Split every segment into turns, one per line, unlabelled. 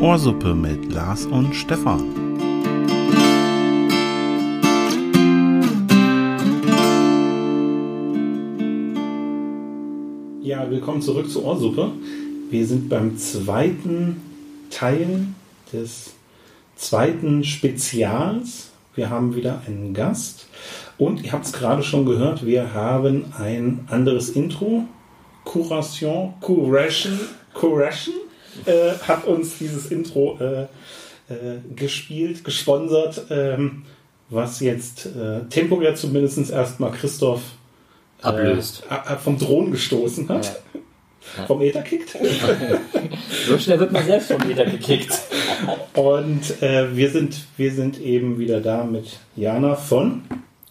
Ohrsuppe mit Lars und Stefan.
Ja, willkommen zurück zu Ohrsuppe. Wir sind beim zweiten Teil des zweiten Spezials. Wir haben wieder einen Gast und ihr habt es gerade schon gehört, wir haben ein anderes Intro. Curation, Curation, Curation äh, hat uns dieses Intro äh, äh, gespielt, gesponsert, ähm, was jetzt äh, temporär zumindest erstmal Christoph
Ablöst.
äh, ab- ab vom Thron gestoßen hat. Vom Äther kickt.
Äh, So schnell wird man selbst vom Meter gekickt.
Und äh, wir, sind, wir sind eben wieder da mit Jana von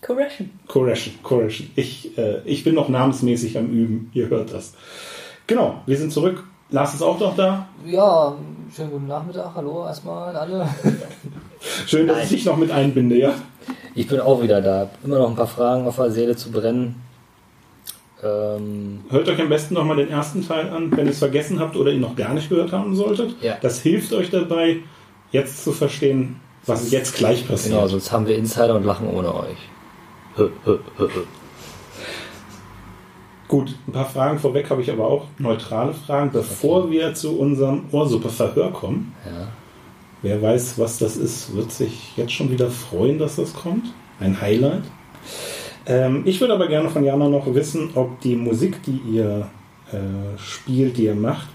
Correction.
Correction. Correction. Ich, äh, ich bin noch namensmäßig am Üben, ihr hört das. Genau, wir sind zurück. Lars ist auch noch da.
Ja, schönen guten Nachmittag, hallo erstmal an alle.
Schön, dass ich dich noch mit einbinde, ja.
Ich bin auch wieder da. Immer noch ein paar Fragen auf der Seele zu brennen. Ähm,
Hört euch am besten nochmal den ersten Teil an, wenn ihr es vergessen habt oder ihn noch gar nicht gehört haben solltet.
Ja.
Das hilft euch dabei, jetzt zu verstehen, was jetzt gleich passiert.
genau, sonst haben wir Insider und lachen ohne euch. Hö, hö, hö, hö.
Gut, ein paar Fragen vorweg habe ich aber auch neutrale Fragen, bevor wir zu unserem Ohrsuppe-Verhör kommen.
Ja.
Wer weiß, was das ist, wird sich jetzt schon wieder freuen, dass das kommt. Ein Highlight. Ähm, ich würde aber gerne von Jana noch wissen, ob die Musik, die ihr äh, spielt, die ihr macht,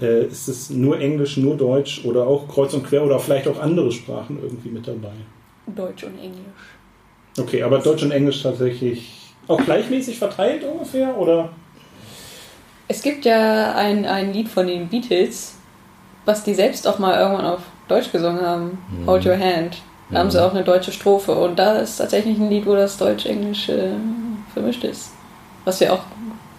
äh, ist es nur Englisch, nur Deutsch oder auch kreuz und quer oder vielleicht auch andere Sprachen irgendwie mit dabei?
Deutsch und Englisch.
Okay, aber Deutsch und Englisch tatsächlich auch gleichmäßig verteilt ungefähr oder?
Es gibt ja ein, ein Lied von den Beatles, was die selbst auch mal irgendwann auf Deutsch gesungen haben.
Mhm.
Hold Your Hand. Da haben sie auch eine deutsche Strophe. Und da ist tatsächlich ein Lied, wo das Deutsch-Englisch äh, vermischt ist. Was wir auch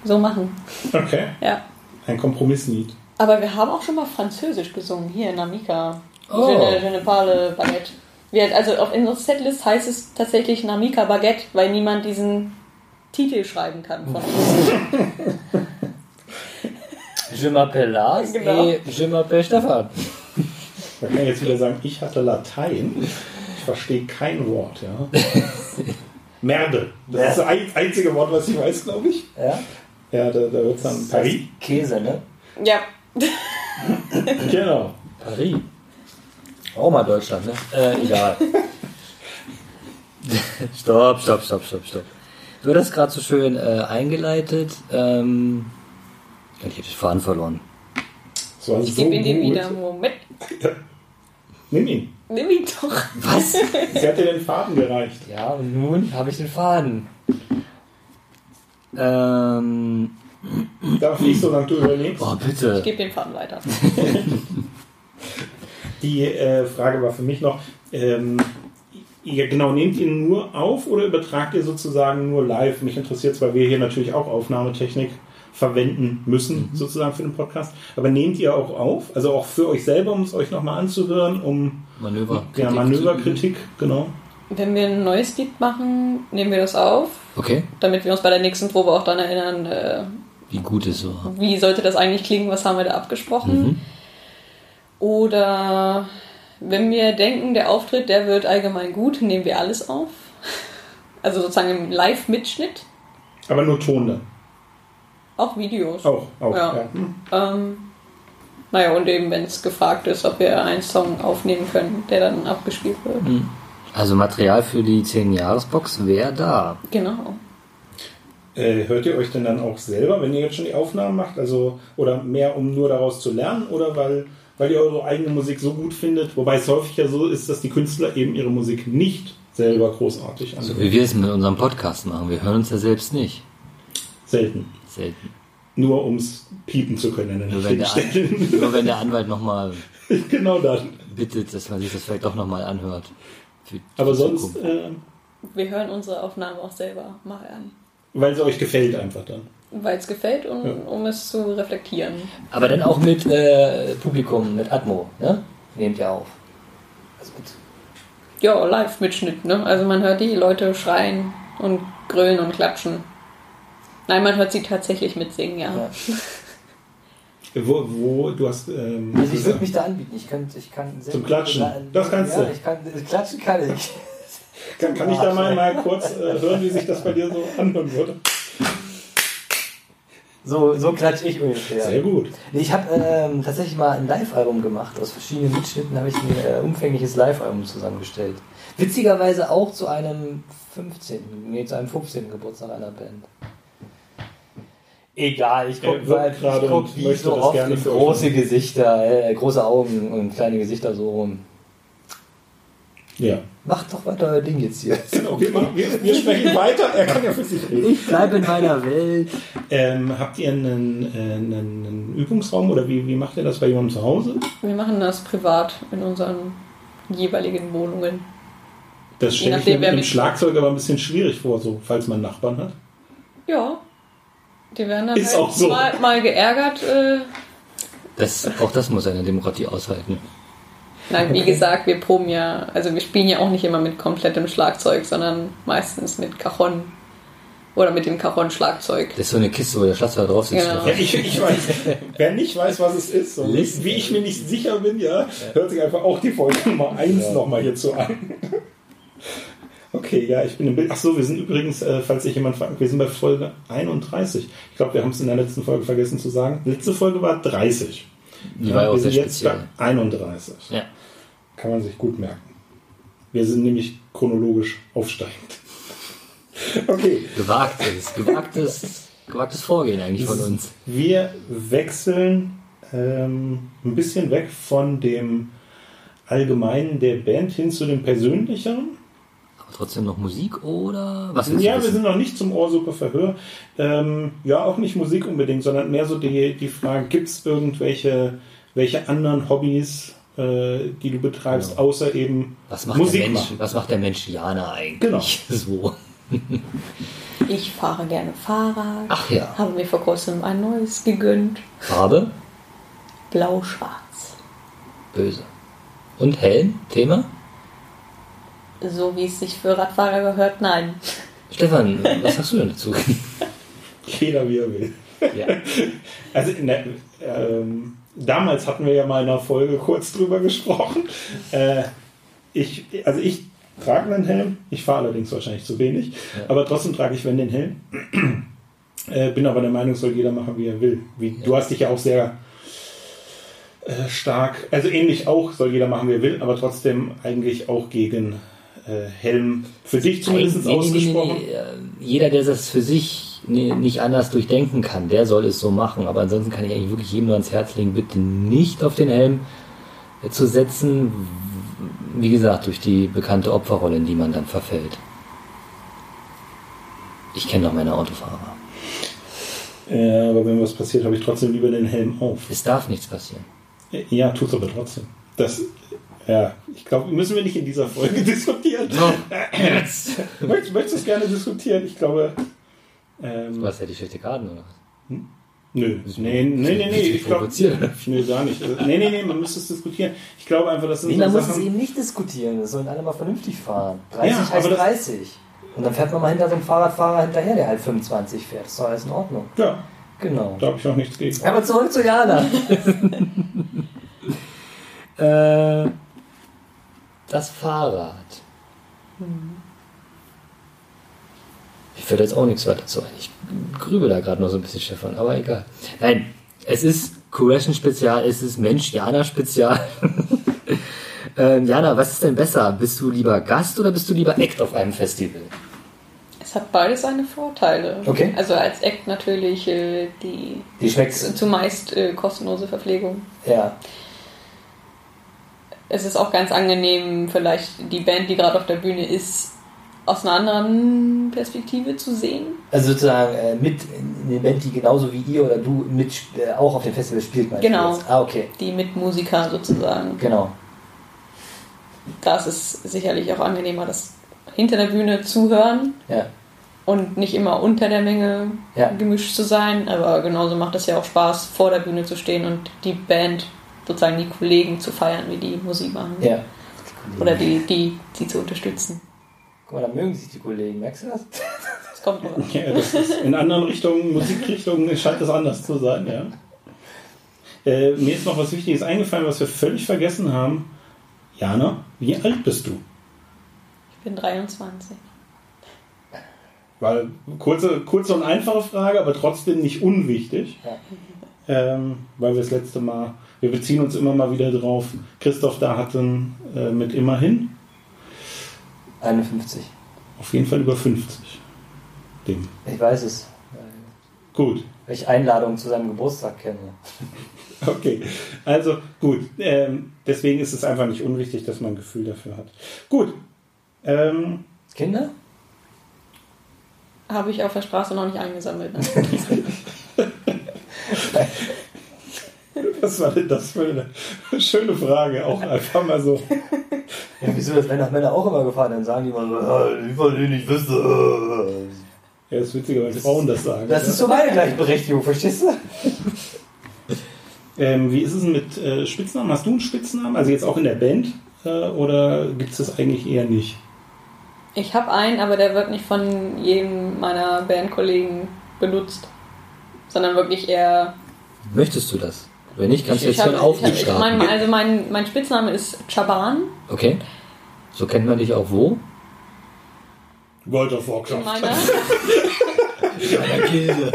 so machen.
Okay,
Ja.
ein Kompromisslied.
Aber wir haben auch schon mal Französisch gesungen, hier in Namika.
Oh.
Je ne, je ne parle baguette. Wir, also auf unserer Setlist heißt es tatsächlich Namika Baguette, weil niemand diesen Titel schreiben kann von uns.
Je m'appelle Lars
Genau.
et je m'appelle Stefan.
Man kann jetzt wieder sagen, ich hatte Latein. Ich verstehe kein Wort, ja. Merde. Das ist das ein- einzige Wort, was ich weiß, glaube ich.
Ja?
Ja, da, da wird es dann Paris.
Käse, ne?
Ja,
Genau.
Paris. Auch mal Deutschland, ne? Äh, egal. stopp, stopp, stopp, stopp, stopp. Du hattest gerade so schön äh, eingeleitet. Ähm, ich habe den Faden verloren.
Das war
ich
so
gebe ihn dir
gut.
wieder. Moment,
Nimm ihn.
nimm ihn doch.
Was?
Sie hat dir den Faden gereicht.
ja, und nun habe ich den Faden. Ähm,
Darf ich, solange du überlegst?
oh,
Ich
bitte.
gebe den Faden weiter.
Die äh, Frage war für mich noch, ähm, ihr genau, nehmt ihr nur auf oder übertragt ihr sozusagen nur live? Mich interessiert es, weil wir hier natürlich auch Aufnahmetechnik verwenden müssen, sozusagen für den Podcast. Aber nehmt ihr auch auf? Also auch für euch selber, um es euch nochmal anzuhören, um
Manöver.
ja, Manöverkritik, genau.
Wenn wir ein neues Lied machen, nehmen wir das auf,
Okay,
damit wir uns bei der nächsten Probe auch dann erinnern, äh,
wie gut Mhm. es war.
wie sollte das eigentlich klingen, was haben wir da abgesprochen. Oder wenn wir denken, der Auftritt, der wird allgemein gut, nehmen wir alles auf. Also sozusagen im Live-Mitschnitt,
Aber nur Ton dann.
auch Videos.
Auch, auch. Ja.
Ja.
Hm.
Ähm, naja, und eben, wenn es gefragt ist, ob wir einen Song aufnehmen können, der dann abgespielt wird.
Also Material für die 10-Jahres-Box wäre da.
Genau.
Äh, hört ihr euch denn dann auch selber, wenn ihr jetzt schon die Aufnahmen macht? Also, oder mehr, um nur daraus zu lernen? Oder weil, weil ihr eure eigene Musik so gut findet? Wobei es häufig ja so ist, dass die Künstler eben ihre Musik nicht selber großartig
So
anhören.
wie wir es mit unserem Podcast machen. Wir hören uns ja selbst nicht.
Selten.
Selten.
Nur ums piepen zu können an den
Nur wenn
richtigen
der,
Stellen.
An nur wenn der Anwalt nochmal
genau dann.
bittet, dass man sich das vielleicht doch nochmal anhört. Für die
Aber sonst,
Zukunft.
äh,
Wir hören unsere Aufnahmen auch selber mal an,
weil sie euch gefällt einfach dann.
weil es gefällt und
Ja.
um es zu reflektieren.
Aber dann auch mit äh, Publikum, mit Atmo, ne? Nehmt ihr auf. Also mit
Ja, Live-Mitschnitt, ne? Also man hört die Leute schreien und grillen und klatschen. Nein, man hört sie tatsächlich mitsingen, ja.
Ja.
Wo, wo du hast. Ähm,
Also ich
gesagt-
würde mich da anbieten. Ich, könnte, ich kann sehr
Zum
gut-
Klatschen. Das kannst
ja,
du.
Ich kann, klatschen kann ich.
kann, kann ich da mal, mal kurz äh, hören, wie sich das bei dir so anhören würde?
So, so klatsche ich ungefähr.
Sehr gut.
Nee, ich habe ähm, tatsächlich mal ein Live-Album gemacht. Aus verschiedenen Mitschnitten habe ich ein äh, umfängliches Live-Album zusammengestellt. Witzigerweise auch zu einem 15. Nee, zu einem 15. Geburtstag einer Band. Egal, ich
Er
gucke
wirkt
mal,
gerade
ich guck
und
wie
möchte
so
das
oft
gerne
in
für euch
große Gesichter, äh, große Augen und kleine Gesichter so rum.
Ja.
Macht doch weiter euer Ding jetzt hier.
Genau, wir, machen- wir, wir sprechen weiter. Er kann ja für sich reden.
Ich bleibe in meiner Welt.
Ähm, habt ihr einen, äh, einen, einen Übungsraum oder wie, wie macht ihr das bei jemandem zu Hause?
Wir machen das privat in unseren jeweiligen Wohnungen.
Das
Je
stelle ich
nachdem,
mir mit
wer
einem
mit-
Schlagzeug aber ein bisschen schwierig vor, so falls man Nachbarn hat.
Ja. Die werden dann
Ist
halt
auch so.
mal, mal geärgert. Äh,
Das, auch das muss eine Demokratie aushalten.
Nein, wie gesagt, wir proben ja, also wir spielen ja auch nicht immer mit komplettem Schlagzeug, sondern meistens mit Cajon oder mit dem Cajon-Schlagzeug.
Das ist so eine Kiste, wo der Schlagzeuger drauf sitzt.
Genau.
Ja, ich, ich weiß, wer nicht weiß, was es ist, so
Listen.
wie ich mir nicht sicher bin, ja, hört sich einfach auch die Folge Nummer 1 nochmal hierzu an. Okay, ja, ich bin im Bild. Achso, wir sind übrigens, äh, falls sich jemand fragt, wir sind bei Folge 31. Ich glaube, wir haben es in der letzten Folge vergessen zu sagen. Letzte Folge war 30.
Die war ja auch
wir
sehr
sind jetzt bei
speziell.
31.
Ja.
Kann man sich gut merken. Wir sind nämlich chronologisch aufsteigend. Okay.
Gewagtes, gewagtes, gewagtes Vorgehen eigentlich von uns.
Wir wechseln ähm, ein bisschen weg von dem Allgemeinen der Band hin zu dem Persönlicheren.
Aber trotzdem noch Musik oder was willst du
Ja, wir
wissen?
sind noch nicht zum Ohrsuppe-Verhör. Ähm, ja, auch nicht Musik unbedingt, sondern mehr so die, die Frage, gibt es irgendwelche welche anderen Hobbys, äh, die du betreibst,
Ja.
außer eben
Genau. was macht
Musik
der Mensch,
machen?
was macht der Mensch Jana eigentlich?
Genau.
So.
Ich fahre gerne Fahrrad.
Ach ja.
Habe mir vor kurzem ein neues gegönnt.
Farbe,
Blau-Schwarz.
böse. Und Helm, Thema?
So wie es sich für Radfahrer gehört, nein.
Stefan, was sagst du denn dazu?
Jeder wie er will.
ja.
Also in der, ähm, damals hatten wir ja mal in einer Folge kurz drüber gesprochen. Äh, ich, also ich trage einen Helm, ich fahre allerdings wahrscheinlich zu wenig, aber trotzdem trage ich wenn den Helm. äh, bin aber der Meinung, soll jeder machen, wie er will. Wie, Du hast dich ja auch sehr äh, stark, also ähnlich auch, soll jeder machen, wie er will, aber trotzdem eigentlich auch gegen äh, Helm für dich zumindest
Nee, nee, nee, nee,
ausgesprochen.
nee, äh, Jeder, der das für sich nee, nicht anders durchdenken kann, der soll es so machen. Aber ansonsten kann ich eigentlich wirklich jedem nur ans Herz legen, bitte nicht auf den Helm äh, zu setzen. Wie gesagt, durch die bekannte Opferrolle, in die man dann verfällt. Ich kenne noch meine Autofahrer.
Äh, aber wenn was passiert, habe ich trotzdem lieber den Helm auf.
Es darf nichts passieren.
Ja, tut's aber trotzdem. Das, ja, ich glaube, müssen wir nicht in dieser Folge diskutieren. Möchtest, möchtest du es gerne diskutieren? Ich glaube. Ähm,
Was, hätte ich schlechte Karten oder was?
Nö, nee, nee, nee, nee, ich glaube.
provozieren.
Nee, gar nicht. Also, Nee, nee, nee, man müsste es diskutieren. Ich glaube einfach, das sind
Nee, man
so
muss es
Sachen-
eben nicht diskutieren. Das sollen alle mal vernünftig fahren. 30
Ja, aber
heißt
das-
30. Und dann fährt man mal hinter so einem Fahrradfahrer hinterher, der halt 25 fährt. Das ist doch alles in Ordnung.
Ja,
Genau.
da habe ich auch nichts gegen.
Aber zurück zu Jana.
Äh, das Fahrrad. Ich fällt jetzt auch nichts weiter zu ein. Ich grübe da gerade noch so ein bisschen, Stefan, aber egal. Nein, es ist Correction Spezial, es ist Mensch Jana Spezial. ähm, Jana, was ist denn besser? Bist du lieber Gast oder bist du lieber Act auf einem Festival?
Es hat beides seine Vorteile.
Okay.
Also als Act natürlich äh, die
Die schmeckt.
zumeist äh, kostenlose Verpflegung.
Ja.
es ist auch ganz angenehm, vielleicht die Band, die gerade auf der Bühne ist, aus einer anderen Perspektive zu sehen.
Also sozusagen äh, mit in den Band, die genauso wie ihr oder du mit äh, auch auf dem Festival spielt, meinst
Genau.
du jetzt? Ah, okay.
Die Mitmusiker sozusagen.
Genau.
Da ist es sicherlich auch angenehmer, das hinter der Bühne zuhören
Ja.
und nicht immer unter der Menge
Ja.
gemischt zu sein. Aber genauso macht es ja auch Spaß, vor der Bühne zu stehen und die Band, sozusagen die Kollegen zu feiern, wie die Musik machen.
Ja.
Oder die, die, die zu unterstützen.
Guck mal, da mögen sich die Kollegen, merkst du das?
Das kommt noch.
äh, Ja, das ist, in anderen Richtungen, Musikrichtungen scheint das anders zu sein, ja. Äh, mir ist noch was Wichtiges eingefallen, was wir völlig vergessen haben. Jana, wie alt bist du?
Ich bin 23.
Weil kurze, kurze und einfache Frage, aber trotzdem nicht unwichtig.
Ja.
Ähm, weil wir das letzte Mal, wir beziehen uns immer mal wieder drauf. Christoph da hatten äh, mit immerhin
51.
auf jeden Fall über 50. Dem.
Ich weiß es,
Gut.
weil ich Einladungen zu seinem Geburtstag kenne.
Okay, also gut. Ähm, deswegen ist es einfach nicht unwichtig, dass man ein Gefühl dafür hat. Gut. Ähm,
Kinder?
Habe ich auf der Straße noch nicht eingesammelt. Ne?
was war denn das für eine schöne Frage? Auch einfach mal so.
Ja, wieso, das werden doch Männer auch immer gefahren, dann sagen die immer so, "Ah, ich will nicht wissen.
Ja, ist witziger, wenn Frauen das sagen.
Das ist so meine Gleichberechtigung, verstehst du?
ähm, wie ist es denn mit äh, Spitznamen? Hast du einen Spitznamen? Also jetzt auch in der Band? Äh, oder gibt es das eigentlich eher nicht?
Ich habe einen, aber der wird nicht von jedem meiner Bandkollegen benutzt, sondern wirklich eher.
Möchtest du das? Wenn nicht, kannst du jetzt
hab-
schon auf
ich
dich
hab- ich mein,
starten.
Also mein, mein Spitzname ist Chaban.
Okay. So kennt man dich auch wo?
World of
In
Warcraft.
meiner.
In einer Gilde.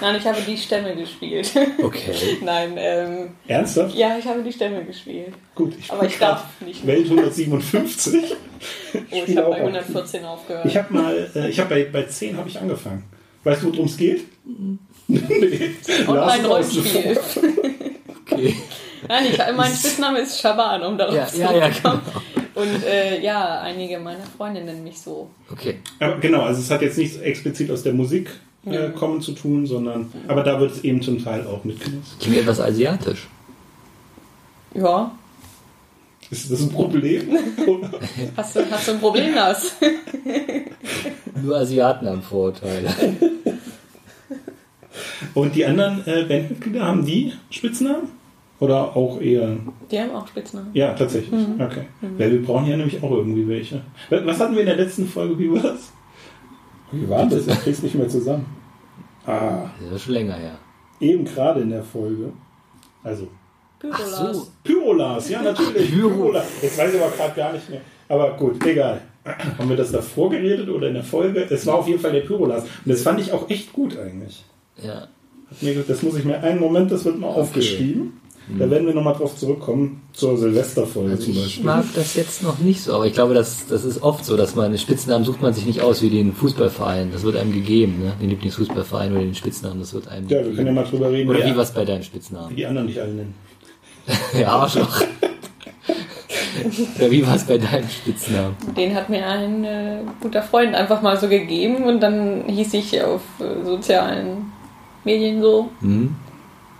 Nein, ich habe die Stämme gespielt.
Okay.
Nein, ähm,
Ernsthaft?
ja, ich habe die Stämme gespielt.
Gut, ich
Aber ich
grad
darf nicht.
Welt 157.
Oh, ich
spiele
habe
auch
bei
auf.
114 aufgehört.
Ich habe mal, äh, ich habe bei, bei 10 habe ich angefangen. Weißt du, worum es geht?
Mhm.
nee. Lars ist außen
Online-Rollenspiel.
vor.
okay.
Nein, ich, mein Spitzname ist Schaban, um darauf
Ja,
zu
ja, ja,
kommen.
genau.
Und äh, ja, einige meiner Freunde nennen mich so.
Okay.
Aber genau, also es hat jetzt nichts explizit aus der Musik äh, kommen zu tun, sondern, aber da wird es eben zum Teil auch mitgenutzt.
Klingt etwas asiatisch.
Ja,
Ist das ein Problem? Oder?
hast du, hast du ein Problem, Lars?
Nur Asiaten haben Vorurteile.
Und die anderen äh, Bandmitglieder haben die Spitznamen? Oder auch eher.
Die haben auch Spitznamen.
Ja, tatsächlich. Okay. Weil wir brauchen ja nämlich auch irgendwie welche. Was hatten wir in der letzten Folge? Wie war das? Wie war das? Ich krieg's nicht mehr zusammen. Ah.
Das ist schon länger her.
Eben gerade in der Folge. Also.
Ach so.
Pyrolas, ja natürlich.
Pyro.
Pyrolas. Jetzt weiß ich aber gerade gar nicht mehr. Aber gut, egal. Haben wir das davor geredet oder in der Folge? Es war auf jeden Fall der Pyrolas. Und das fand ich auch echt gut eigentlich.
Ja.
Hat mir gesagt, Das muss ich mir einen Moment, das wird mal aufgeschrieben. Da werden wir nochmal drauf zurückkommen. Zur Silvesterfolge
Hm. Also
zum
ich
Beispiel.
mag das jetzt noch nicht so, aber ich glaube, das, das ist oft so, dass man den Spitznamen sucht man sich nicht aus wie den Fußballverein. Das wird einem gegeben, ne? Den Lieblingsfußballverein oder den Spitznamen, das wird einem
Ja, wir
gegeben.
können ja mal drüber reden,
Oder
wie-
wie was bei deinem Spitznamen?
Die anderen nicht alle nennen.
Ja, Arschloch. Oder wie war es bei deinem Spitznamen?
Den hat mir ein äh, guter Freund einfach mal so gegeben und dann hieß ich auf äh, sozialen Medien so.
Hm?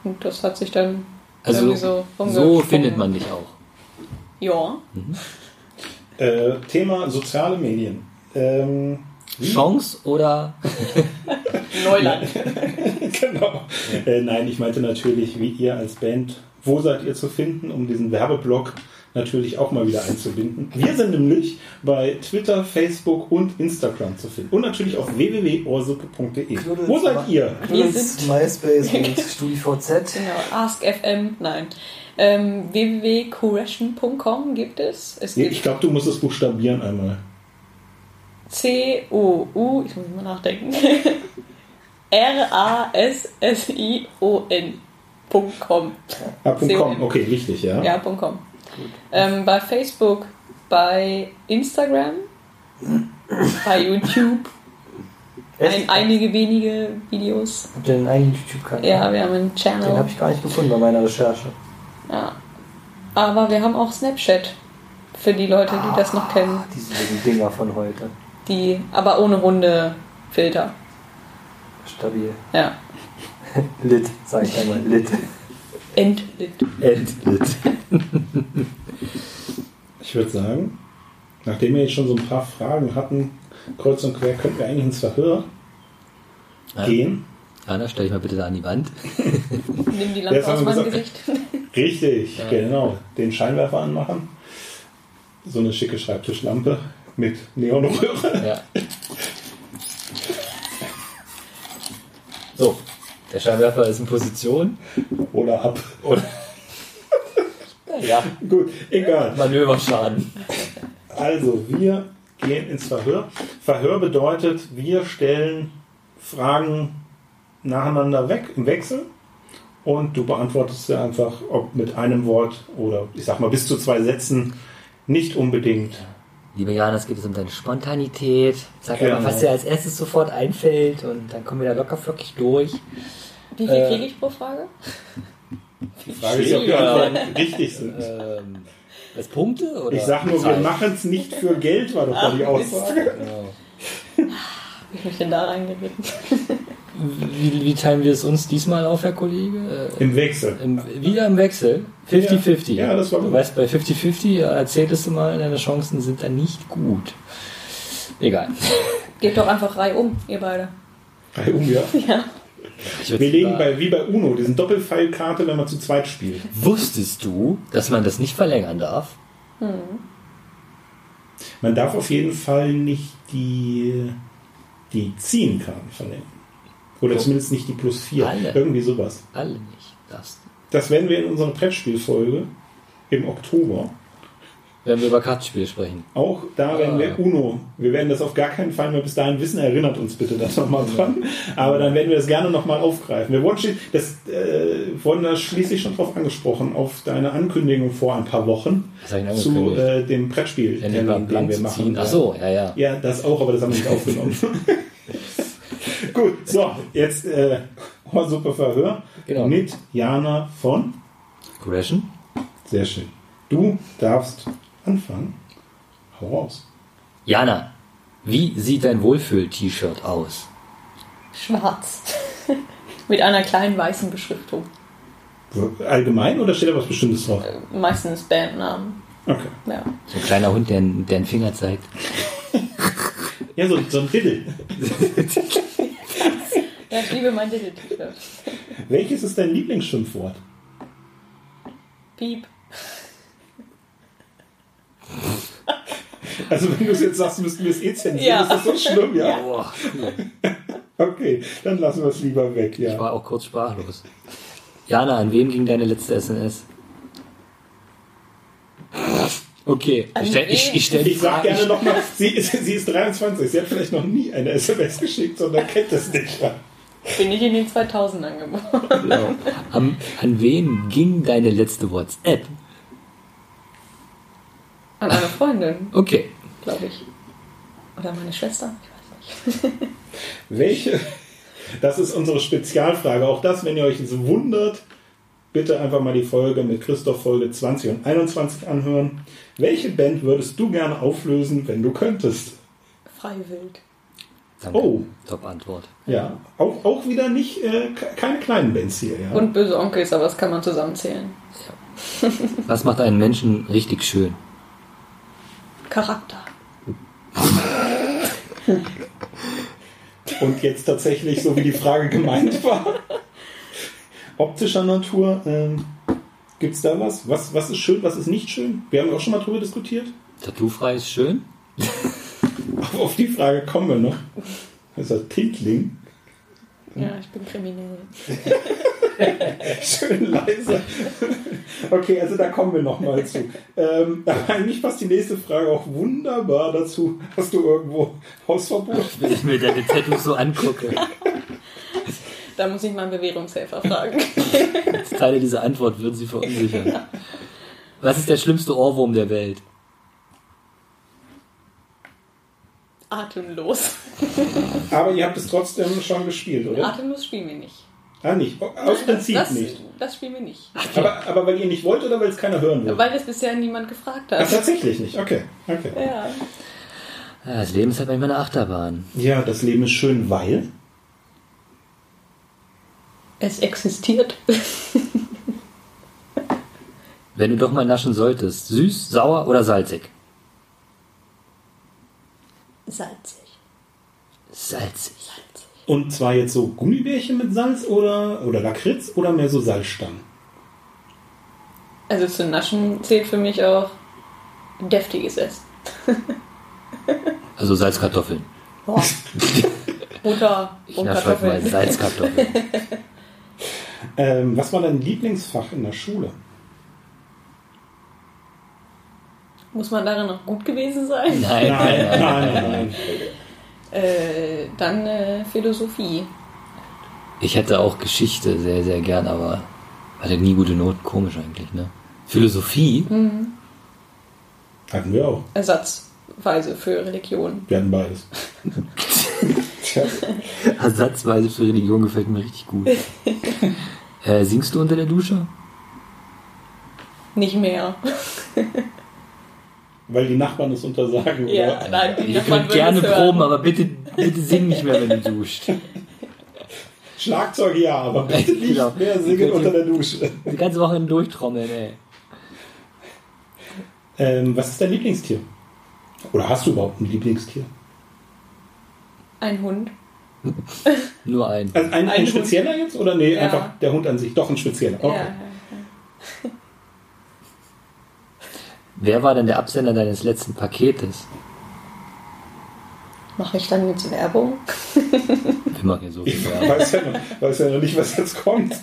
Und das hat sich dann
Also
irgendwie
so,
so
so
rumgesprungen.
findet man dich auch.
Ja.
Äh, Thema soziale Medien. Ähm,
Chance oder
Neuland.
genau. Äh, nein, ich meinte natürlich, wie ihr als Band, wo seid ihr zu finden, um diesen Werbeblock natürlich auch mal wieder einzubinden. Wir sind nämlich bei Twitter, Facebook und Instagram zu finden. Und natürlich auf www.orsuppe.de. Wo seid ihr?
Wir sind-
MySpace und StudiVZ.
Genau, AskFM, nein. Ähm, www.correction.com gibt es. Es
Ich
gibt
glaube, du musst es buchstabieren einmal.
C-O-U, ich muss mal nachdenken. R-A-S-S-I-O-N.com.
Ah, Punkt .com.
COM.
Okay, richtig, ja.
Ja, Punkt .com. Ähm, bei Facebook, bei Instagram, bei YouTube. Ein, einige wenige Videos.
Habt ihr einen eigenen YouTube-Kanal?
Ja, genau. wir haben einen Channel.
Den habe ich gar nicht gefunden bei meiner Recherche.
Ja. Aber wir haben auch Snapchat für die Leute, die das noch kennen.
Ah, Diese blöden Dinger von heute.
Die, aber ohne runde Filter.
Stabil.
Ja.
Lit, sag ich einmal. Lit.
Endlit.
Endlit.
Ich würde sagen, nachdem wir jetzt schon so ein paar Fragen hatten, kreuz und quer, könnten wir eigentlich ins Verhör
Ja.
gehen.
Anna, stell dich mal bitte da an die Wand.
Nimm die Lampe
Jetzt haben
aus
wir
meinem Gesicht.
gesagt- Richtig, genau. Den Scheinwerfer anmachen. So eine schicke Schreibtischlampe mit Neonröhre.
Ja. So, der Der Scheinwerfer ist in Position.
Oder ab.
Und
Naja,
Gut, egal.
Manöverschaden.
Also, wir gehen ins Verhör. Verhör bedeutet, wir stellen Fragen nacheinander weg im Wechsel und du beantwortest sie einfach, ob mit einem Wort oder ich sag mal bis zu zwei Sätzen, nicht unbedingt.
Liebe Jana, es geht jetzt um deine Spontanität. Sag
Genau.
einfach, was dir als erstes sofort einfällt und dann kommen wir da locker flockig durch.
Wie viel
Äh.
kriege ich pro Frage?
Die Frage ist, ob die
Schwieriger.
Antworten richtig sind.
Ähm, als Punkte? Oder?
Äh, Ich sag nur, wir
Zeit?
machen es nicht für Geld, war doch die Aussage.
Genau.
Wie bin ich denn da reingeritten?
Wie, wie teilen wir es uns diesmal auf, Herr Kollege? Äh,
Im Wechsel.
im, wieder im Wechsel. 50-50.
Ja, das war
Du
gut.
weißt, bei 50-50 erzähltest du mal, deine Chancen sind dann nicht gut. Egal.
Geht doch einfach rei um, ihr beide.
Bei Umia.
Ich würd's
Wir legen
lieber-
bei, wie bei Uno diesen Doppelpfeilkarte, wenn man zu zweit spielt.
Wusstest du, dass man das nicht verlängern darf?
Man darf auf jeden Fall nicht die, die ziehen kann von dem. Oder zumindest nicht die plus 4.
Alle.
Irgendwie sowas.
Alle nicht. Darfst. du.
Das werden wir in unserer Brettspielfolge im Oktober.
Wenn wir über Kartenspiele sprechen.
Auch da werden
Ah.
wir Uno. Wir werden das auf gar keinen Fall mehr bis dahin wissen. Erinnert uns bitte das nochmal dran. Aber dann werden wir das gerne nochmal aufgreifen. Wir wurden, schon- das, äh, wurden da schließlich schon drauf angesprochen, auf deine Ankündigung vor ein paar Wochen
Was habe ich denn
zu
angekündigt?
äh, dem Brettspiel,
Wenn wir mal blank zu ziehen. Ach so, ja, ja.
Ja, das auch, aber das haben wir nicht aufgenommen. Gut, so, jetzt äh, Ohrsuppe Verhör
Genau.
mit Jana von.
Correction?
Sehr schön. Du darfst anfangen. Hau raus.
Jana, wie sieht dein Wohlfühl-T-Shirt aus?
Schwarz. Mit einer kleinen weißen Beschriftung.
Allgemein oder steht da was Bestimmtes drauf?
Meistens Bandnamen.
Okay.
Ja.
So ein kleiner Hund, der, der einen Finger zeigt.
Ja, so, so ein Titel.
ja, ich liebe mein Diddle-T-Shirt.
Welches ist dein Lieblingsschimpfwort?
Piep.
Also, wenn du es jetzt sagst, müssten wir es eh zensieren.
Ja.
Ist das so schlimm, ja?
Boah, ich
Okay, dann lassen wir es lieber weg, ja.
war auch kurz sprachlos. Jana, an wem ging deine letzte SMS? Okay,
An
ich stelle ich,
wen?
ich stell die
Ich sag
Frage.
gerne nochmal, sie, ist- sie ist 23, sie hat vielleicht noch nie eine SMS geschickt, sondern kennt das nicht. Ja.
Bin ich in den 2000ern geboren.
Genau. An, an wen ging deine letzte WhatsApp?
An eine Freundin,
Okay.
glaube ich. Oder meine Schwester. Ich weiß nicht.
Welche? Das ist unsere Spezialfrage. Auch das, wenn ihr euch so wundert, bitte einfach mal die Folge mit Christoph Folge 20 und 21 anhören. Welche Band würdest du gerne auflösen, wenn du könntest?
Freiwild.
Danke.
Oh.
Top Antwort.
Ja, auch, auch wieder nicht, äh, ke- keine kleinen Bands hier. Ja?
Und böse Onkels, aber das kann man zusammenzählen.
Was macht einen Menschen richtig schön?
Charakter.
Und jetzt tatsächlich, so wie die Frage gemeint war, optischer Natur, ähm, gibt es da was? was? Was ist schön, was ist nicht schön? Wir haben auch schon mal drüber diskutiert.
Tattoofrei ist schön?
Auf die Frage kommen wir noch. Das ist ein Tintling.
Ja,
Hm.
ich bin kriminell.
Schön leise. Okay, also da kommen wir nochmal zu. Ähm, eigentlich passt die nächste Frage auch wunderbar dazu. Hast du irgendwo Hausverbot?
Wenn ich mir deine Tattoos so angucke.
Da muss ich meinen Bewährungshelfer fragen.
Teile dieser Antwort würden sie verunsichern. Was ist der schlimmste Ohrwurm der Welt?
Atemlos.
Aber ihr habt es trotzdem schon gespielt, oder?
Atemlos spielen wir nicht.
Ah, nicht. Aus Prinzip
das,
nicht.
Das spielen wir nicht.
Aber, aber weil ihr nicht wollt oder weil es keiner hören will?
Weil es bisher niemand gefragt
Ach,
hat.
tatsächlich nicht. Okay. okay.
Ja.
Ja, Das Leben ist halt manchmal eine Achterbahn.
Ja, das Leben ist schön, weil.
Es existiert.
Wenn du doch mal naschen solltest, süß, sauer oder salzig?
Salzig.
Salzig.
Und zwar jetzt so Gummibärchen mit Salz oder, oder Lakritz oder mehr so Salzstangen.
Also zu naschen zählt für mich auch deftiges Essen.
Also Salzkartoffeln.
Butter
Ich
und
nasche heute mal
Kartoffeln.
Salzkartoffeln.
Ähm, was war dein Lieblingsfach in der Schule?
Muss man darin noch gut gewesen sein?
Nein, nein, nein.
nein, nein, nein.
Äh, dann äh, Philosophie.
Ich hätte auch Geschichte sehr, sehr gern, aber hatte nie gute Noten. Komisch eigentlich, ne? Philosophie?
Hatten wir auch.
Ersatzweise für Religion.
Wir hatten beides. Tja.
Ersatzweise für Religion gefällt mir richtig gut. äh, singst du unter der Dusche?
Nicht mehr.
Weil die Nachbarn es untersagen.
Ja,
oder?
nein,
Ihr
davon
könnt
würde
gerne
ich hören.
proben, aber bitte, bitte sing nicht mehr, wenn du duscht.
Schlagzeug ja, aber bitte nicht
Genau.
mehr singen unter der Dusche.
Die ganze Woche hin durchtrommeln, ey.
Ähm, was ist dein Lieblingstier? Oder hast du überhaupt ein Lieblingstier?
Ein Hund.
Nur ein.
Also ein, ein,
Ein Hund.
spezieller jetzt? Oder nee,
Ja.
einfach der Hund an sich. Doch ein spezieller. Okay.
Ja.
Wer war denn der Absender deines letzten Paketes?
Mache ich dann jetzt Werbung?
Wir machen ja so viel
Ich
Werbung.
weiß ja, noch, weiß ja noch nicht, was jetzt kommt.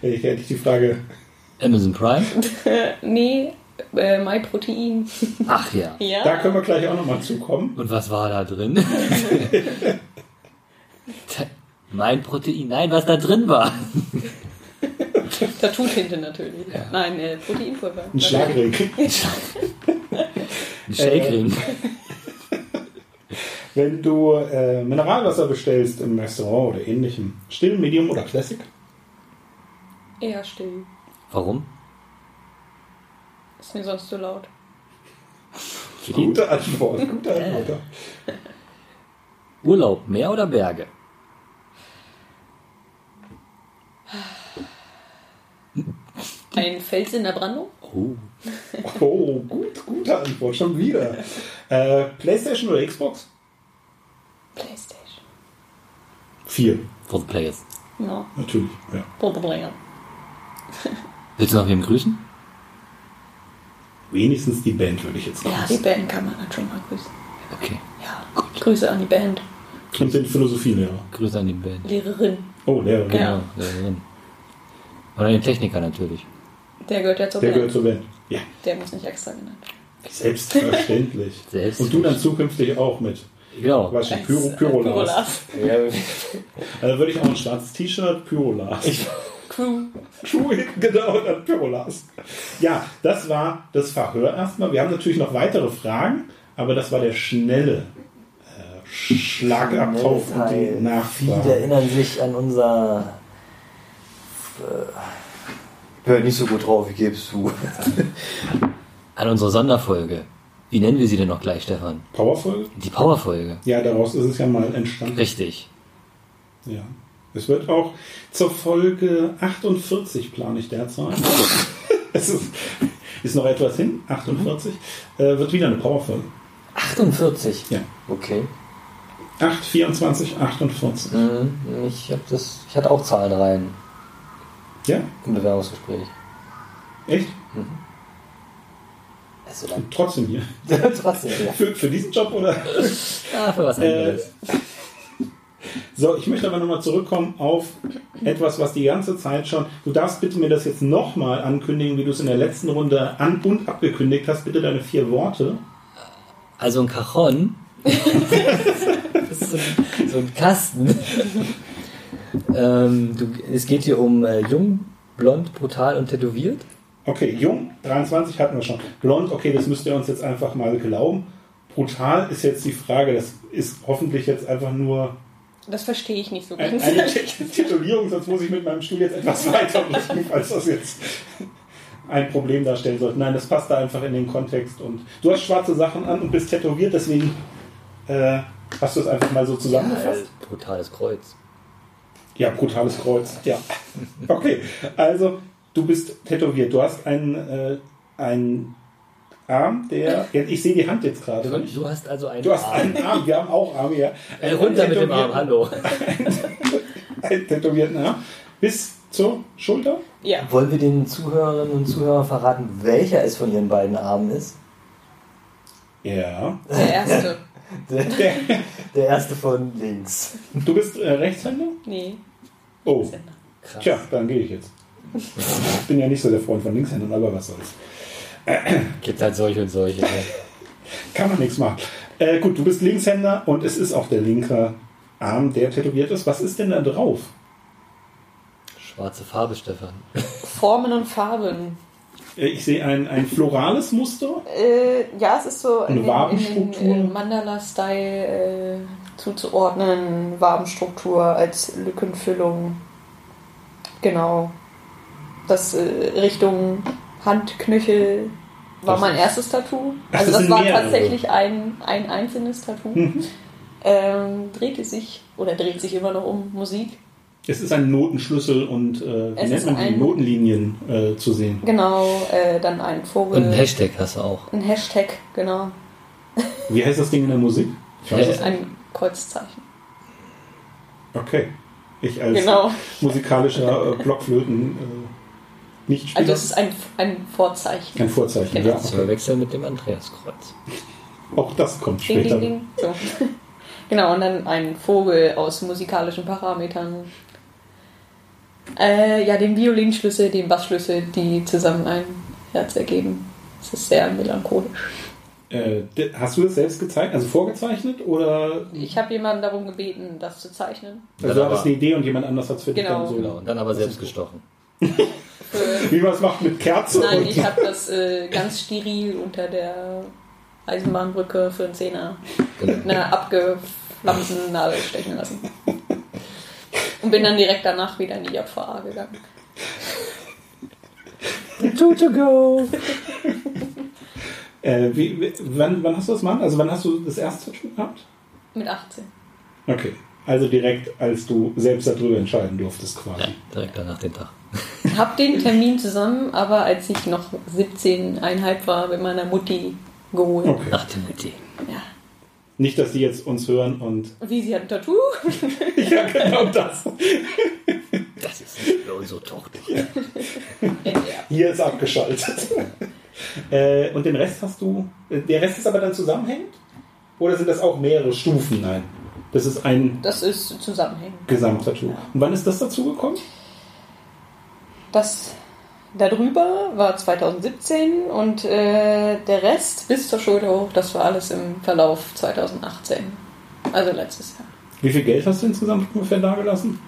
Hätte ich, hätte ich die Frage.
Amazon Prime?
Nee, äh, MyProtein.
Ach ja.
Ja.
Da können wir gleich auch nochmal zukommen.
Und was war da drin? Ta- mein Protein. Nein, was da drin war.
Tattoo-Tinte natürlich. Nein, äh, Proteinpulver.
Ein Schlagring.
Ein Shake-Ring.
Wenn du äh, Mineralwasser bestellst im Restaurant oder ähnlichem, still, medium oder classic?
Eher still.
Warum?
Ist mir sonst zu laut.
Gute Antwort, gute Antwort.
Urlaub, Meer oder Berge?
Ein Fels in der Brandung?
Oh.
Oh, gut, gute Antwort, schon wieder. Äh, Playstation oder Xbox?
Playstation.
Vier,
For the Players.
No.
natürlich. Ja.
Problem.
Willst du noch wem grüßen?
Wenigstens die Band würde ich jetzt noch
Ja, die
wissen.
Band kann man dann schon mal grüßen.
Okay.
Ja, Grüße an die Band.
Und den Philosophielehrer.
Grüße an die Band.
Lehrerin.
Oh, der,
Ja.
Genau, da drin. Und an den Techniker natürlich.
Der gehört ja zur
der
Band.
gehört zur Band. Ja,
Der muss nicht extra genannt werden.
selbstverständlich. Und du dann zukünftig auch mit.
Genau.
Wahrscheinlich Pyro, Pyrolas.
Oh, Pyrolas.
Also würde ich auch ein schwarzes T-Shirt, Pyrolas.
Crew.
Cool, genau, dann Pyrolas. Ja, das war das Verhör erstmal. Wir haben natürlich noch weitere Fragen, aber das war der schnelle äh, Schlagabtausch und
Teil.
die
Viele
Nachfrage.
erinnern sich an unser. Äh, Hör nicht so gut drauf, ich gebe es zu.
An unsere Sonderfolge. Wie nennen wir sie denn noch gleich, Stefan?
Powerful?
Die Powerfolge.
Ja, daraus ist es ja mal entstanden.
Richtig.
Ja. Es wird auch zur Folge 48, plane ich derzeit. es ist, ist noch etwas hin, 48. Äh, wird wieder eine Powerfolge.
48?
Ja.
Okay.
8, 24, 48.
Mhm, Ich, hab das, ich hatte auch Zahlen rein
Ja?
im Bewerbungsgespräch.
Echt?
Also dann.
Trotzdem hier.
Trotzdem, ja.
Für, für diesen Job oder?
Ah, für was
Äh,
anderes.
so, ich möchte aber nochmal zurückkommen auf etwas, was die ganze Zeit schon. Du darfst bitte mir das jetzt nochmal ankündigen, wie du es in der letzten Runde an und abgekündigt hast. Bitte deine vier Worte.
Also ein Cajon. das ist so ein, so ein Kasten. ähm, du, es geht hier um äh, jung, blond, brutal und tätowiert.
Okay, jung, 23 hatten wir schon. Blond, okay, das müsst ihr uns jetzt einfach mal glauben. Brutal ist jetzt die Frage. Das ist hoffentlich jetzt einfach nur
Das verstehe ich nicht so
ein,
ganz.
Äh, eine Tit- Titulierung, sonst muss ich mit meinem Stuhl jetzt etwas weiter rücken, falls das jetzt ein Problem darstellen sollte. Nein, das passt da einfach in den Kontext. Und du hast schwarze Sachen an und bist tätowiert, deswegen äh, hast du es einfach mal so zusammengefasst.
Äh, brutales Kreuz.
Ja, brutales Kreuz. Ja. Okay, also du bist tätowiert. Du hast einen, äh, einen Arm, der. Ja, Ich sehe die Hand jetzt gerade
Du,
nicht.
du hast also einen
Du hast
Arm.
einen Arm, wir haben auch Arme, ja.
Äh, runter mit dem Arm,
Tätowierten-
hallo.
Einen tätowierten Arm. Bis zur Schulter.
Ja.
Wollen wir den Zuhörerinnen und Zuhörern verraten, welcher es von ihren beiden Armen ist?
Ja.
Der erste.
Der, der erste von links.
Du bist äh, Rechtshänder?
Nee.
Oh,
Krass.
Tja, dann gehe ich jetzt. Ich bin ja nicht so der Freund von Linkshändern, aber was soll's.
Gibt halt solche und solche. Ne?
Kann man nichts machen. Äh, gut, du bist Linkshänder und es ist auch der linke Arm, der tätowiert ist. Was ist denn da drauf?
Schwarze Farbe, Stefan.
Formen und Farben.
Äh, Ich sehe ein, ein florales Muster.
Äh, ja, es ist so
Eine
in den, in
Wabenstruktur?
den äh, Mandala-Style äh, zuzuordnen. Wabenstruktur als Lückenfüllung. Genau. Das äh, Richtung Handknöchel war
Das
mein
ist-
erstes Tattoo.
Ach,
Also
das
das,
sind
war
mehrere. Mhm.
tatsächlich ein, ein einzelnes Tattoo. Ähm, drehte sich oder dreht sich immer noch um Musik.
Es ist ein Notenschlüssel und äh, wie
Es
nennt
ist
man die
ein-
Notenlinien äh, zu sehen.
Genau, äh, dann ein Vogel.
Und ein Hashtag hast du auch.
Ein Hashtag, genau.
Wie heißt das Ding in der Musik? Ich weiß
Äh,
es.
Ein Kreuzzeichen.
Okay. Ich als
Genau.
musikalischer äh, Blockflöten äh, nicht spielen.
Also es ist ein, ein Vorzeichen.
ein Vorzeichen,
Genau.
ja.
Zu
Okay.
verwechseln mit dem Andreaskreuz.
Auch das kommt
Ding,
später.
ding, ding. So. genau, und dann ein Vogel aus musikalischen Parametern. Äh, ja, den Violinschlüssel, den Bassschlüssel, die zusammen ein Herz ergeben. Es ist sehr melancholisch.
Äh, d- hast du das selbst gezeichnet, also vorgezeichnet oder
Ich habe jemanden darum gebeten, das zu zeichnen.
also du
aber-
hattest eine Idee und jemand anders hat es für dich
Genau.
dann so.
Genau, und dann aber selbst gestochen.
Für,
Wie man es macht mit Kerze.
nein,
und-
ich habe das äh, ganz steril unter der Eisenbahnbrücke für einen Zehner
Genau.
mit einer abgeflammten Nadel stechen lassen. Und bin dann direkt danach wieder in die JVA gegangen.
Two to go!
Äh, wie, wie- wann, wann hast du das gemacht? Also wann hast du das erste Tattoo gehabt?
Mit 18.
Okay. Also direkt, als du selbst darüber entscheiden durftest quasi.
Direkt danach den Tag.
Hab den Termin zusammen, aber als ich noch 17,5 war, mit meiner Mutti geholt.
Okay.
Nach dem Idee.
Ja.
Nicht, dass die jetzt uns hören und
Wie, sie hat ein Tattoo?
ja genau das.
Das ist nicht für unsere Tochter.
ja.
Hier ist abgeschaltet. äh, und den Rest hast du. äh, Der Rest ist aber dann zusammenhängend? Oder sind das auch mehrere Stufen? Nein. Das ist ein
Das ist zusammenhängend.
Gesamttattoo. Und wann ist das dazugekommen?
Das darüber war 2017 und äh, der Rest bis zur Schulter hoch, das war alles im Verlauf 2018. Also letztes Jahr.
Wie viel Geld hast du insgesamt ungefähr dagelassen?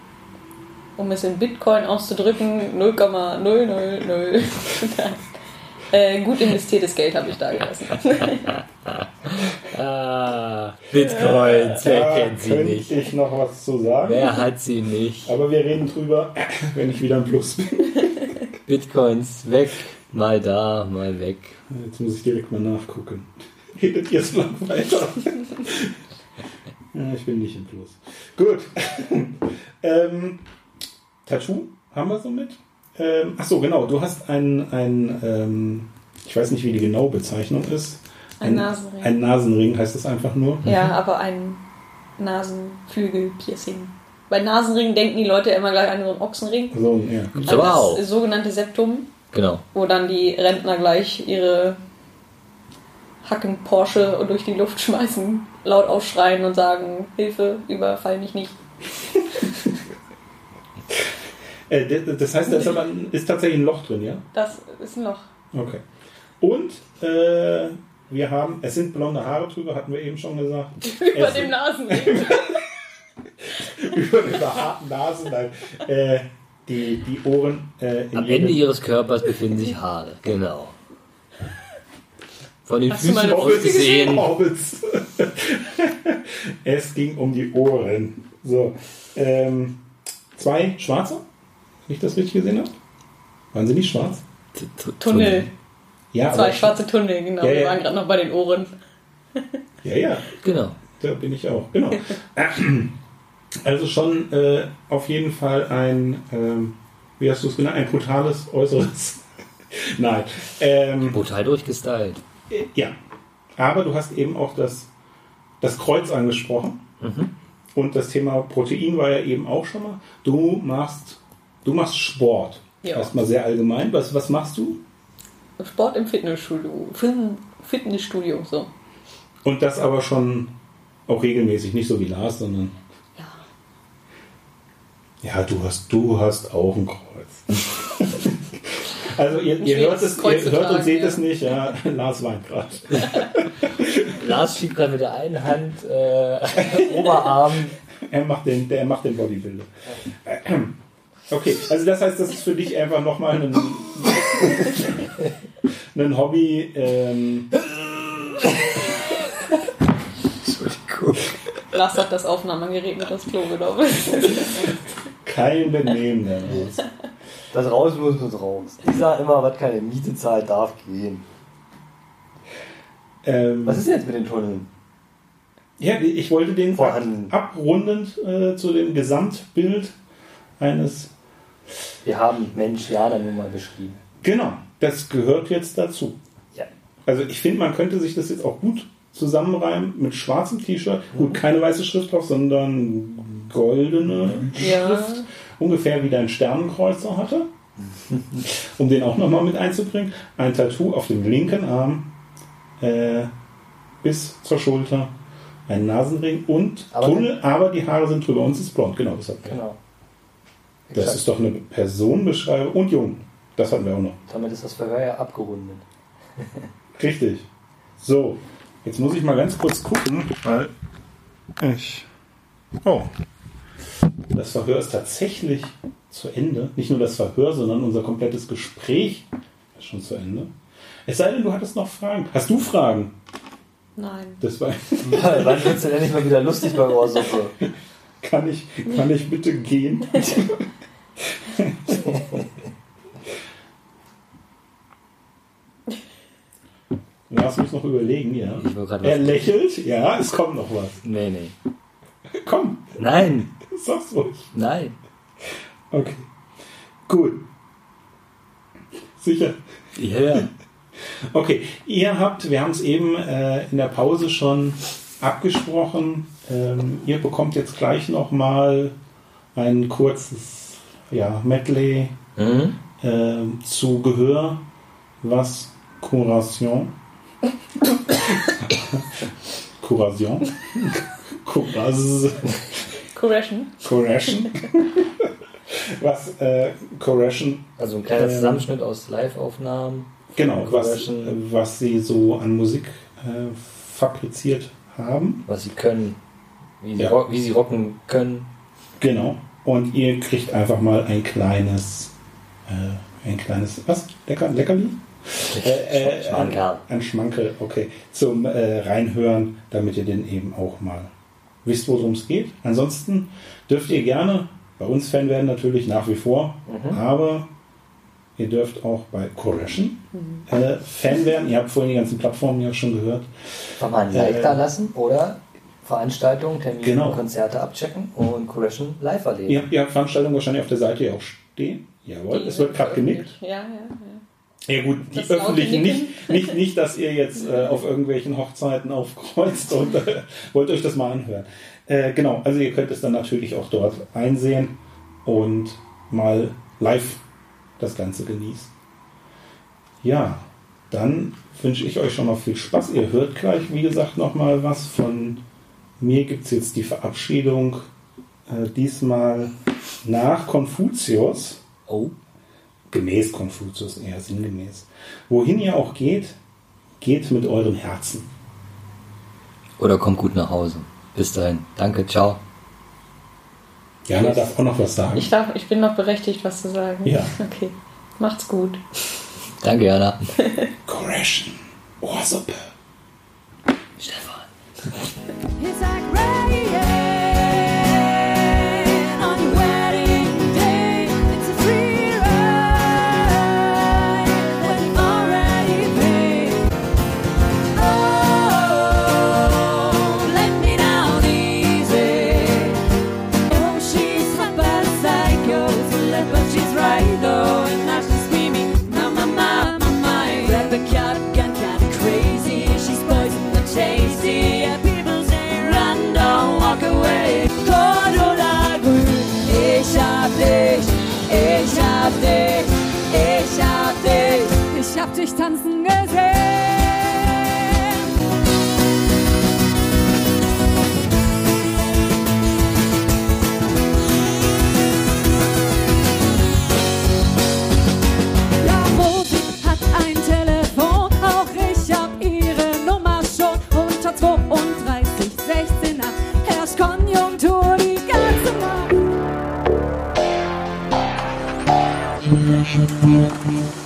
um es in Bitcoin auszudrücken, 0,000. äh, gut investiertes Geld habe ich da gelassen.
Ah, Bitcoins, wer kennt sie
Ah, könnte
nicht?
ich noch was zu sagen.
Wer hat sie nicht?
Aber wir reden drüber, wenn ich wieder im Plus bin.
Bitcoins weg, mal da, mal weg.
Jetzt muss ich direkt mal nachgucken. Redet ihr es lang weiter? ja, ich bin nicht im Plus. Gut. ähm, Tattoo haben wir somit. Ähm, ach so, genau. Du hast ein, ein ähm, ich weiß nicht, wie die genaue Bezeichnung ist.
Ein Nasenring.
Ein Nasenring heißt das einfach nur.
ja, aber ein Nasenflügel-Piercing. Bei Nasenringen denken die Leute immer gleich an so einen Ochsenring.
So, ja.
So
Aber
auch.
Das sogenannte Septum,
Genau.
wo dann die Rentner gleich ihre Hacken Porsche durch die Luft schmeißen, laut aufschreien und sagen, Hilfe, überfall mich nicht.
Äh, d- das heißt, da ist, aber, ein- ist tatsächlich ein Loch drin, ja?
Das ist ein Loch.
Okay. Und äh, wir haben, es sind blonde Haare drüber, hatten wir eben schon gesagt.
Über
Es-
dem Nasenring.
über eine harten Nase, nein. Äh, die, die Ohren äh, in
Am
jedem-
Ende ihres Körpers befinden sich Haare. Genau. Von den
Hast du
Füßen
meine
aus
Füße
gesehen.
Orbits. es ging um die Ohren. So. Ähm, zwei schwarze, wenn ich das richtig gesehen habe. Waren sie nicht schwarz?
T- t-
Tunnel.
Ja,
Zwei
aber-
schwarze Tunnel, genau.
Ja,
Wir
ja.
waren gerade noch bei den Ohren.
Ja, ja,
Genau.
da bin ich auch. Genau. Also schon äh, auf jeden Fall ein, ähm, wie hast du es genannt, ein brutales Äußeres. Nein. Ähm,
Brutal durchgestylt.
Äh, Ja. Aber du hast eben auch das, das Kreuz angesprochen. Und das Thema Protein war ja eben auch schon mal. Du machst, du machst Sport.
Ja.
Erstmal sehr allgemein. Was, was machst du?
Sport im Fitnessstudio. Fin- Fitnessstudio, so.
Und das aber schon auch regelmäßig, nicht so wie Lars, sondern.
Ja.
Ja, du hast, du hast auch ein Kreuz. also ihr, ihr,
schweres
hört, es,
Kreuz
ihr
zu
hört und
tragen,
seht
ja.
es nicht, ja, Lars weint gerade.
Lars schiebt gerade mit der einen Hand äh, Oberarm.
Er macht den, der macht den Bodybuilder. Okay, also das heißt, das ist für dich einfach nochmal ein, ein Hobby. Ähm,
Lars hat das Aufnahmegerät mit das Klo genommen.
kein Benehmen daraus.
Das raus muss, muss raus. Ich sag immer, was keine Miete zahlt, darf gehen.
Ähm,
Was ist denn jetzt mit den Tunneln?
Ja, ich wollte den
Vorhanden.
ab, abrundend äh, zu dem Gesamtbild eines.
Wir haben Mensch Jana nun mal geschrieben.
Genau, das gehört jetzt dazu.
Ja.
Also ich finde, man könnte sich das jetzt auch gut zusammenreimen mit schwarzem T-Shirt. Gut, keine weiße Schrift drauf, sondern goldene
Ja.
Schrift. Ungefähr wie dein Sternenkreuzer hatte. um den auch nochmal mit einzubringen. Ein Tattoo auf dem linken Arm äh, bis zur Schulter. Ein Nasenring und
Aber-
Tunnel, aber die Haare sind drüber und es ist blond. Genau, das hatten wir.
Genau.
Das
Exakt.
ist doch eine Personenbeschreibung. Und jung. Das hatten wir auch noch.
Damit ist das Verhör ja abgerundet.
Richtig. So, jetzt muss ich mal ganz kurz gucken, weil ich. Oh. Das Verhör ist tatsächlich zu Ende. Nicht nur das Verhör, sondern unser komplettes Gespräch ist schon zu Ende. Es sei denn, du hattest noch Fragen. Hast du Fragen?
Nein.
Das war,
Wann wird's denn endlich mal wieder lustig bei Ohrsuppe?
kann, ich, kann ich bitte gehen? Lars muss noch überlegen, ja.
Ich wollte gerade
Er
was.
lächelt, ja, es kommt noch was.
Nee, nee.
Komm,
Nein,
sag's ruhig.
nein.
Okay. Gut. Sicher.
Ja, ja.
Okay, ihr habt, wir haben es eben äh, in der Pause schon abgesprochen, ähm, ihr bekommt jetzt gleich nochmal ein kurzes ja, Medley
Mhm.
ähm, zu Gehör, was Curation. Curation. Curation.
Correction.
Correction. was äh, Correction,
Also ein kleiner
Ähm.
Zusammenschnitt aus Live-Aufnahmen.
genau, was, äh,
Correction.
was sie so an Musik äh, fabriziert haben.
was sie können, wie sie,
Ja.
rock, wie sie rocken können.
Genau. Und ihr kriegt einfach mal ein kleines, äh, ein kleines, was? Lecker, Leckerli? Äh, äh,
Schmankerl.
Ein Schmankel, okay. Zum äh, Reinhören, damit ihr den eben auch mal wisst, worum es geht. Ansonsten dürft ihr gerne bei uns Fan werden, natürlich nach wie vor, aber ihr dürft auch bei Correction äh, Fan werden. Ihr habt vorhin die ganzen Plattformen ja schon gehört.
Kann man ein Like
Äh,
da lassen oder Veranstaltungen, Termine,
Genau.
Konzerte abchecken und Correction live erleben.
Ihr habt ja Veranstaltungen wahrscheinlich auf der Seite ja auch stehen. Jawohl, es wird
äh,
gerade genickt.
Ja, ja, ja.
Ja gut, die
Das
öffentlichen
laute Nicken.
nicht, nicht, nicht, dass ihr jetzt äh, auf irgendwelchen Hochzeiten aufkreuzt und äh, wollt euch das mal anhören. Äh, genau, also ihr könnt es dann natürlich auch dort einsehen und mal live das Ganze genießen. Ja, dann wünsche ich euch schon mal viel Spaß. Ihr hört gleich, wie gesagt, nochmal was von mir gibt es jetzt die Verabschiedung äh, diesmal nach Konfuzius
Oh,
gemäß Konfuzius, eher sinngemäß. Wohin ihr auch geht, geht mit eurem Herzen.
oder kommt gut nach Hause. Bis dahin. Danke, ciao.
Jana darf auch noch was sagen.
Ich darf, ich bin noch berechtigt, was zu sagen.
Ja.
Okay. Macht's gut.
Danke, Jana.
Correction. Ohrsuppe.
Stefan.
It's like rain on your wedding day. It's a free ride that you already paid. Oh, let me down easy. Oh, she's not but a psycho, so but she's right though, and now she's screaming, my my my my my. Grab a cat, got kinda crazy. She's poison but tasty. Yeah, people say run, don't walk away. Gott oder grün, ich hab dich, ich hab dich, ich hab dich, ich hab dich tanzen gesehen. Konjunktur die ganze Nacht.